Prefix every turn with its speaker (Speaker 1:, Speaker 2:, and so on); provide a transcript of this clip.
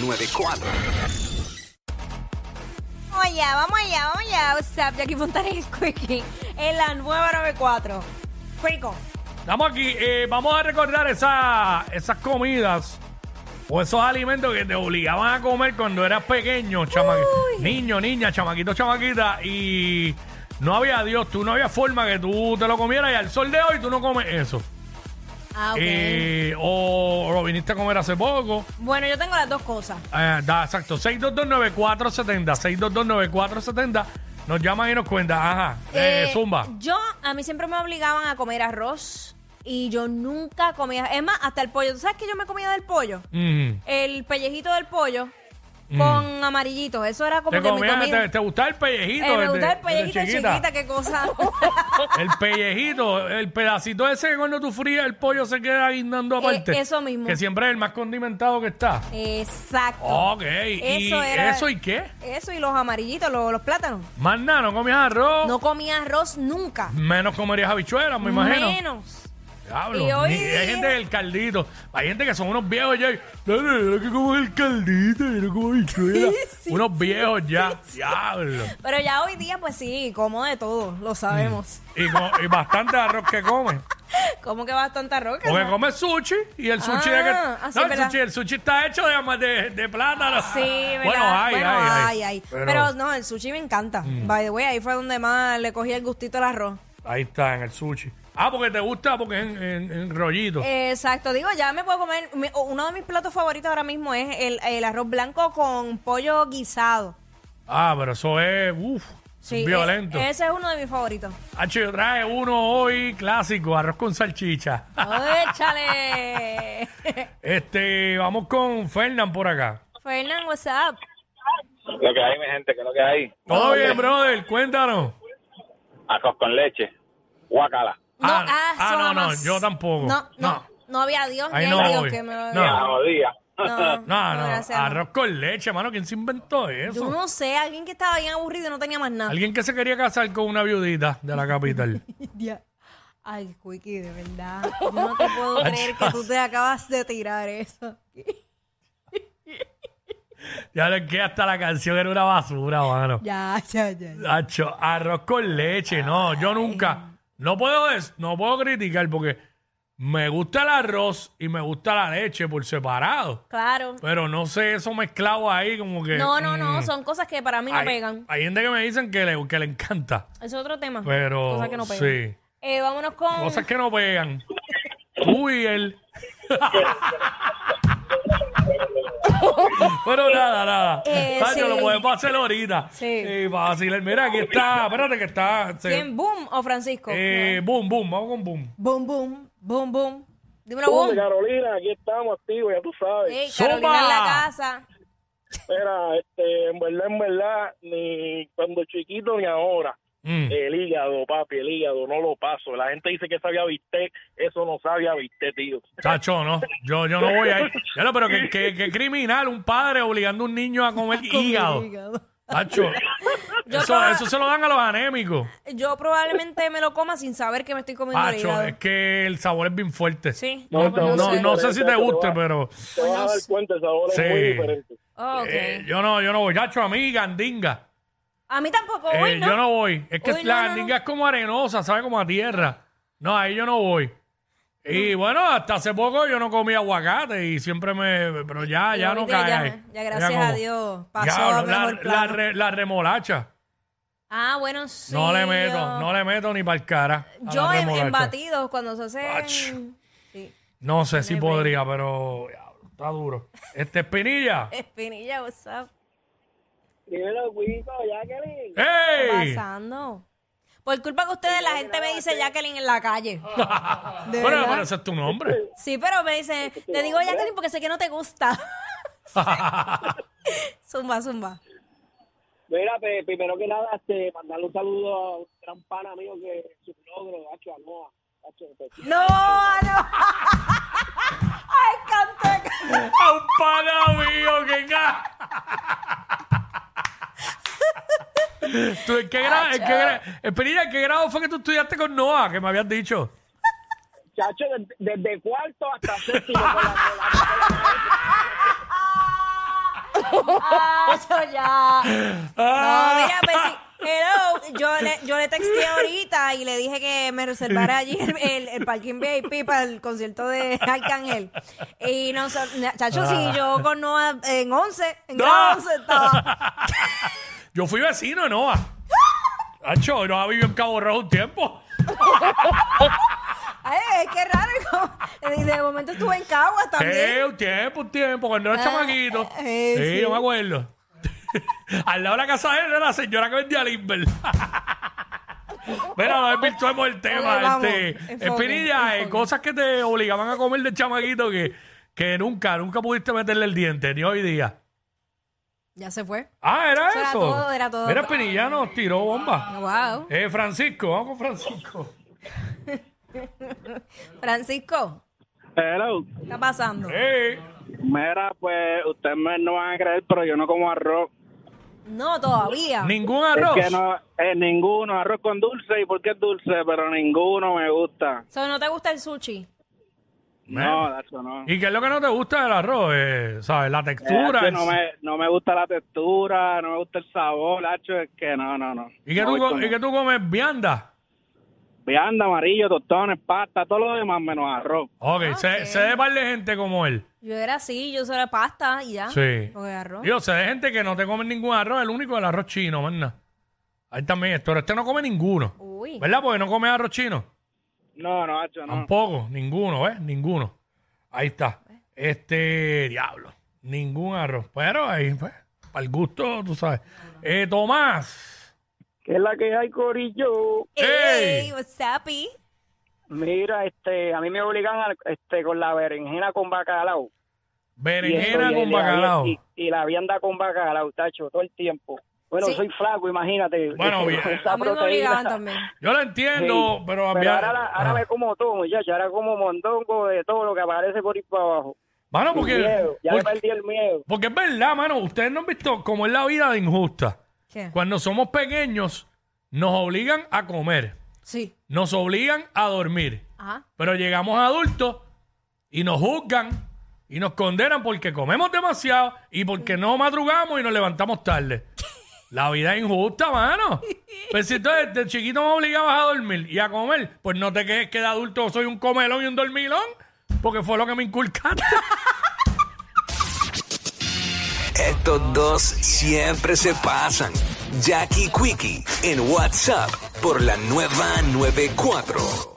Speaker 1: 994.
Speaker 2: Vamos allá, vamos allá, vamos allá. What's up, Jackie Fontanes y Quickie en la nueva 94. Quico.
Speaker 3: Estamos aquí, eh, vamos a recordar esa- esas comidas o esos alimentos que te obligaban a comer cuando eras pequeño, chama- niño, niña, chamaquito, chamaquita, y no había Dios, tú no había forma que tú te lo comieras y al sol de hoy tú no comes eso.
Speaker 2: Ah, ok.
Speaker 3: Eh, o, o lo viniste a comer hace poco.
Speaker 2: Bueno, yo tengo las dos cosas.
Speaker 3: Eh, da, exacto, 6229470, 6229470, nos llaman y nos cuentan, ajá, eh,
Speaker 2: Eh,
Speaker 3: zumba.
Speaker 2: Yo, a mí siempre me obligaban a comer arroz y yo nunca comía. Es más, hasta el pollo. ¿Tú sabes que yo me comía del pollo?
Speaker 3: Mm.
Speaker 2: El pellejito del pollo con amarillito. Eso era como
Speaker 3: Te,
Speaker 2: que
Speaker 3: comías-
Speaker 2: mi comida.
Speaker 3: te, te gustaba el pellejito.
Speaker 2: Eh, me
Speaker 3: desde-
Speaker 2: gusta el
Speaker 3: desde
Speaker 2: pellejito chiquita. qué cosa.
Speaker 3: El pellejito, el pedacito ese que cuando tú frías el pollo se queda guindando aparte.
Speaker 2: Eh, eso mismo.
Speaker 3: Que siempre es el más condimentado que está.
Speaker 2: Exacto.
Speaker 3: Ok, ¿y
Speaker 2: Eso era-
Speaker 3: eso y qué?
Speaker 2: Eso y los amarillitos, los, los plátanos.
Speaker 3: Más nada, no comías arroz,
Speaker 2: No comía arroz nunca.
Speaker 3: menos comerías habichuelas, me imagino.
Speaker 2: Menos.
Speaker 3: Diablo,
Speaker 2: Y hoy
Speaker 3: ni- hay
Speaker 2: día-
Speaker 3: gente del caldito. Hay gente que son unos viejos ya. y, Dale, yo que como el caldito, yo no como habichuelas. unos viejos ya. Diablo.
Speaker 2: Pero ya hoy día, pues sí, como de todo, lo sabemos.
Speaker 3: Y, co- y bastante arroz que comen.
Speaker 2: ¿Cómo que bastante arroz? que
Speaker 3: Porque
Speaker 2: no?
Speaker 3: come sushi y el sushi
Speaker 2: Ah,
Speaker 3: de que-
Speaker 2: ah, sí,
Speaker 3: no, el
Speaker 2: ¿verdad?
Speaker 3: sushi, el sushi está hecho de, de, de plátano.
Speaker 2: Sí, ¿verdad?
Speaker 3: Bueno, ay,
Speaker 2: Bueno, ay,
Speaker 3: ay,
Speaker 2: ay. Pero, no, el sushi me encanta.
Speaker 3: Mm.
Speaker 2: By the way, ahí fue donde más le cogí el gustito al arroz.
Speaker 3: Ahí está, en el sushi. Ah, porque te gusta, porque es en, en- en rollito.
Speaker 2: Eh, Exacto, digo, ya me puedo comer. me- uno de mis platos favoritos ahora mismo es el, el arroz blanco con pollo guisado.
Speaker 3: Ah, pero eso es, uff,
Speaker 2: Sí,
Speaker 3: violento.
Speaker 2: e- ese es uno de mis favoritos.
Speaker 3: Hacho, yo traje uno hoy clásico, arroz con salchicha.
Speaker 2: ¡Échale!
Speaker 3: Este, vamos con Fernán por acá.
Speaker 2: Fernán, what's up?
Speaker 4: Lo que hay, mi gente, que lo que hay.
Speaker 3: Todo bien, brother, cuéntanos.
Speaker 4: Arroz con leche. Guacala.
Speaker 2: No,
Speaker 3: Ah,
Speaker 2: ah,
Speaker 3: ah,
Speaker 2: eso
Speaker 3: no, no,
Speaker 2: jamás.
Speaker 3: yo tampoco.
Speaker 2: No, no, no,
Speaker 3: No.
Speaker 2: había Dios,
Speaker 3: Ahí
Speaker 2: ni
Speaker 3: no
Speaker 2: hay Dios
Speaker 3: voy.
Speaker 2: que me lo
Speaker 3: No.
Speaker 4: Ya, jodía.
Speaker 2: No,
Speaker 3: No, no,
Speaker 2: gracias,
Speaker 3: arroz con leche, mano, ¿quién se inventó eso?
Speaker 2: Yo no sé, alguien que estaba bien aburrido y no tenía más nada.
Speaker 3: Alguien que se quería casar con una viudita de la capital.
Speaker 2: Ya. Ay, Quickie, de verdad. Yo no te puedo creer que tú te acabas de tirar eso.
Speaker 3: ya le que hasta la canción era una basura, mano.
Speaker 2: Ya, ya, ya. ya.
Speaker 3: Hacho, arroz con leche, no, yo nunca. No puedo, des- no puedo criticar porque me gusta el arroz y me gusta la leche por separado.
Speaker 2: Claro.
Speaker 3: Pero no sé, eso mezclado ahí como que...
Speaker 2: No, no, no,
Speaker 3: mm,
Speaker 2: son cosas que para mí no
Speaker 3: hay,
Speaker 2: pegan.
Speaker 3: hay gente que me dicen que le, que le encanta,
Speaker 2: Es otro tema.
Speaker 3: pero...
Speaker 2: cosas que no pegan.
Speaker 3: sí,
Speaker 2: Eh, vámonos con.
Speaker 3: cosas que no pegan. Uy, él... Bueno, nada, nada.
Speaker 2: Eh,
Speaker 3: Nacho,
Speaker 2: sí.
Speaker 3: lo podemos hacer ahorita.
Speaker 2: Sí.
Speaker 3: Eh, vacilar. Mira, aquí está. Espérate que está. se-
Speaker 2: ¿Quién? ¿Boom o Francisco?
Speaker 3: Eh, boom, boom. Vamos con boom.
Speaker 2: Boom, boom, boom, boom. Dímelo, boom.
Speaker 4: Carolina, aquí estamos activos, ya tú sabes.
Speaker 2: Ey, Carolina en la casa.
Speaker 4: Mira, este, en verdad, en verdad, ni cuando chiquito ni ahora.
Speaker 3: Mm.
Speaker 4: El hígado, papi, el hígado, no lo paso. La gente dice que sabía bistec, eso no sabía bistec, tío.
Speaker 3: Chacho, no. Yo, yo no voy a ir. Ya no, pero que, que- que criminal un padre obligando a un niño a comer hígado. Chacho.
Speaker 2: Yo
Speaker 3: Eso,
Speaker 2: proba-
Speaker 3: eso se lo dan a los anémicos.
Speaker 2: Yo probablemente me lo coma sin saber que me estoy comiendo el
Speaker 3: Chacho,
Speaker 2: hígado.
Speaker 3: es que el sabor es bien fuerte.
Speaker 2: Sí.
Speaker 4: No,
Speaker 3: No,
Speaker 4: no,
Speaker 3: no sé si te guste, pero
Speaker 4: Te vas a dar cuenta, el sabor
Speaker 3: Sí.
Speaker 4: es muy diferente.
Speaker 2: Ok.
Speaker 3: eh, yo no, yo no voy. Chacho, a mí, gandinga.
Speaker 2: a mí tampoco,
Speaker 3: Eh,
Speaker 2: hoy no.
Speaker 3: Yo no voy. Es que
Speaker 2: Uy,
Speaker 3: la
Speaker 2: no, no,
Speaker 3: gandinga es como arenosa, ¿sabe? Como a tierra. No, ahí yo no voy.
Speaker 2: Mm.
Speaker 3: Y bueno, hasta hace poco yo no comía aguacate y siempre me... Pero ya, ya
Speaker 2: Hoy
Speaker 3: no
Speaker 2: día
Speaker 3: cae
Speaker 2: ya,
Speaker 3: ahí.
Speaker 2: ya gracias
Speaker 3: como-
Speaker 2: a Dios pasó
Speaker 3: Diablo,
Speaker 2: a mejor
Speaker 3: la, la,
Speaker 2: plano.
Speaker 3: re- la remolacha.
Speaker 2: Ah, bueno, sí.
Speaker 3: no le meto,
Speaker 2: yo-
Speaker 3: no le meto ni para el cara. a
Speaker 2: Yo
Speaker 3: la
Speaker 2: en, en
Speaker 3: remolacha.
Speaker 2: batidos, cuando se hacen... Sí.
Speaker 3: No sé si podría, pero... diablo, Está duro. Este espinilla.
Speaker 2: Espinilla, what's up?
Speaker 4: Dímelo, Guito, Jacqueline.
Speaker 3: ¡Ey!
Speaker 2: pasando? Por culpa que ustedes, la gente me dice Jacqueline en la calle. ¿De
Speaker 3: Bueno,
Speaker 2: verdad?
Speaker 3: pero ese es tu nombre.
Speaker 2: Sí, pero me dicen, te digo Jacqueline porque sé que no te gusta. zumba, zumba.
Speaker 5: Mira, pe- primero que nada, este, mandarle un saludo a un gran pana mío que su logro, Hacho, a Noah. Hacho, pues,
Speaker 2: ¡No, no! ¡Ay, canto!
Speaker 3: ¡A un pana mío! ¡Qué ca... ¿Tú, ¿en qué grado, en qué gra- Espinilla, ¿en qué grado fue que tú estudiaste con Noah? Que me habías dicho.
Speaker 5: Chacho, desde, desde cuarto hasta séptimo. con la- con la- con la-
Speaker 2: ¡Ah! Ah, yo ya. No, mira, pues sí. Hello, yo le, yo le texté ahorita y le dije que me reservara allí el, el- el parking VIP para el concierto de Arcángel. Y no, so- na- chacho, sí, yo con Noah en 11, en
Speaker 3: No.
Speaker 2: grado 11 estaba.
Speaker 3: Yo fui vecino de Noah.
Speaker 2: ¡Ah!
Speaker 3: Hacho, Noah vivió en Cabo Rojo un tiempo.
Speaker 2: Ay, qué raro. como- De momento estuve en Caguas
Speaker 3: Sí,
Speaker 2: también.
Speaker 3: Eh, un tiempo, un tiempo, cuando era
Speaker 2: Ah,
Speaker 3: chamaquito.
Speaker 2: eh,
Speaker 3: sí,
Speaker 2: sí.
Speaker 3: yo me acuerdo. Al lado de la casa de él era la señora que vendía Limber. Mira, no desvirtuemos el tema.
Speaker 2: Ok, vamos.
Speaker 3: este,
Speaker 2: Enfoque,
Speaker 3: Espinilla, eh,
Speaker 2: enfoque.
Speaker 3: cosas que te obligaban a comer de chamaquito que, que nunca, nunca pudiste meterle el diente, ni hoy día.
Speaker 2: Ya se fue.
Speaker 3: Ah, era
Speaker 2: Eso
Speaker 3: eso.
Speaker 2: era todo, era todo.
Speaker 3: Mira, Espinilla nos tiró bomba.
Speaker 2: Wow.
Speaker 3: Eh, Francisco, vamos con Francisco.
Speaker 2: Francisco,
Speaker 5: Hello.
Speaker 2: ¿qué está pasando?
Speaker 3: Eh,
Speaker 5: Mira, pues ustedes me- no van a creer, pero yo no como arroz.
Speaker 2: No, todavía.
Speaker 3: ningún arroz.
Speaker 5: Es que no, eh, ninguno, arroz con dulce, ¿y por qué es dulce? Pero ninguno me gusta.
Speaker 2: So, ¿No te gusta el sushi?
Speaker 5: No, Nacho, no.
Speaker 3: Eh, ¿Y qué es lo que no te gusta del arroz? Eh, ¿Sabes? La
Speaker 5: Eh, Nacho,
Speaker 3: textura. el-
Speaker 5: no, me, no me gusta la textura, no me gusta el sabor, Nacho, es que no, no, no.
Speaker 3: ¿Y, que
Speaker 5: No
Speaker 3: tú,
Speaker 5: voy
Speaker 3: co-
Speaker 5: con
Speaker 3: y que
Speaker 5: eso.
Speaker 3: tú comes vianda?
Speaker 5: Vianda, amarillo, tostones, pasta, todo lo demás menos arroz.
Speaker 3: Ok, Sé, sé de par de gente como él.
Speaker 2: Yo era así, yo solo pasta y ya.
Speaker 3: Sí.
Speaker 2: Porque arroz.
Speaker 3: Yo sé de gente que no te come ningún arroz, el único es el arroz chino, ¿verdad? Ahí también esto, pero este no come ninguno.
Speaker 2: Uy.
Speaker 3: ¿Verdad? Porque no come arroz chino.
Speaker 5: No, no, Nacho, no.
Speaker 3: Tampoco, ninguno, ¿ves? Ninguno. Ahí está. Este, diablo, ningún arroz. Pero ahí, pues, para el gusto, tú sabes. Eh, Tomás.
Speaker 5: ¿Qué es la que hay, Corillo?
Speaker 2: Ey, what's up, E? y?
Speaker 5: Mira, este, a mí me obligan este, con la berenjena con bacalao.
Speaker 3: Berenjena con bacalao.
Speaker 5: la vianda con bacalao, Tacho, todo el tiempo. Bueno,
Speaker 2: Sí. soy
Speaker 5: flaco, imagínate.
Speaker 3: Bueno, bien.
Speaker 2: A mí me obligaban también.
Speaker 3: Yo lo entiendo,
Speaker 5: Sí,
Speaker 3: pero,
Speaker 5: Pero
Speaker 3: había-
Speaker 5: ahora, la- ahora
Speaker 3: Ah.
Speaker 5: me como todo, muchacho. Ahora como mondongo de todo lo que aparece por ir para abajo.
Speaker 3: Mano,
Speaker 5: Sin
Speaker 3: porque,
Speaker 5: miedo. Ya
Speaker 3: porque,
Speaker 5: le perdí el miedo.
Speaker 3: porque es verdad, mano. Ustedes no han visto cómo es la vida de injusta.
Speaker 2: ¿Qué?
Speaker 3: Cuando somos pequeños, nos obligan a comer,
Speaker 2: Sí.
Speaker 3: nos obligan a dormir.
Speaker 2: Ajá.
Speaker 3: Pero llegamos a adultos y nos juzgan y nos condenan porque comemos demasiado y porque no madrugamos y nos levantamos tarde. La vida es injusta, mano. Pues si tú desde chiquito me obligabas a dormir y a comer, pues no te quejes que de adulto soy un comelón y un dormilón, porque fue lo que me inculcaste.
Speaker 1: Estos dos siempre se pasan. Jackie Quickie en WhatsApp por la nueva 94.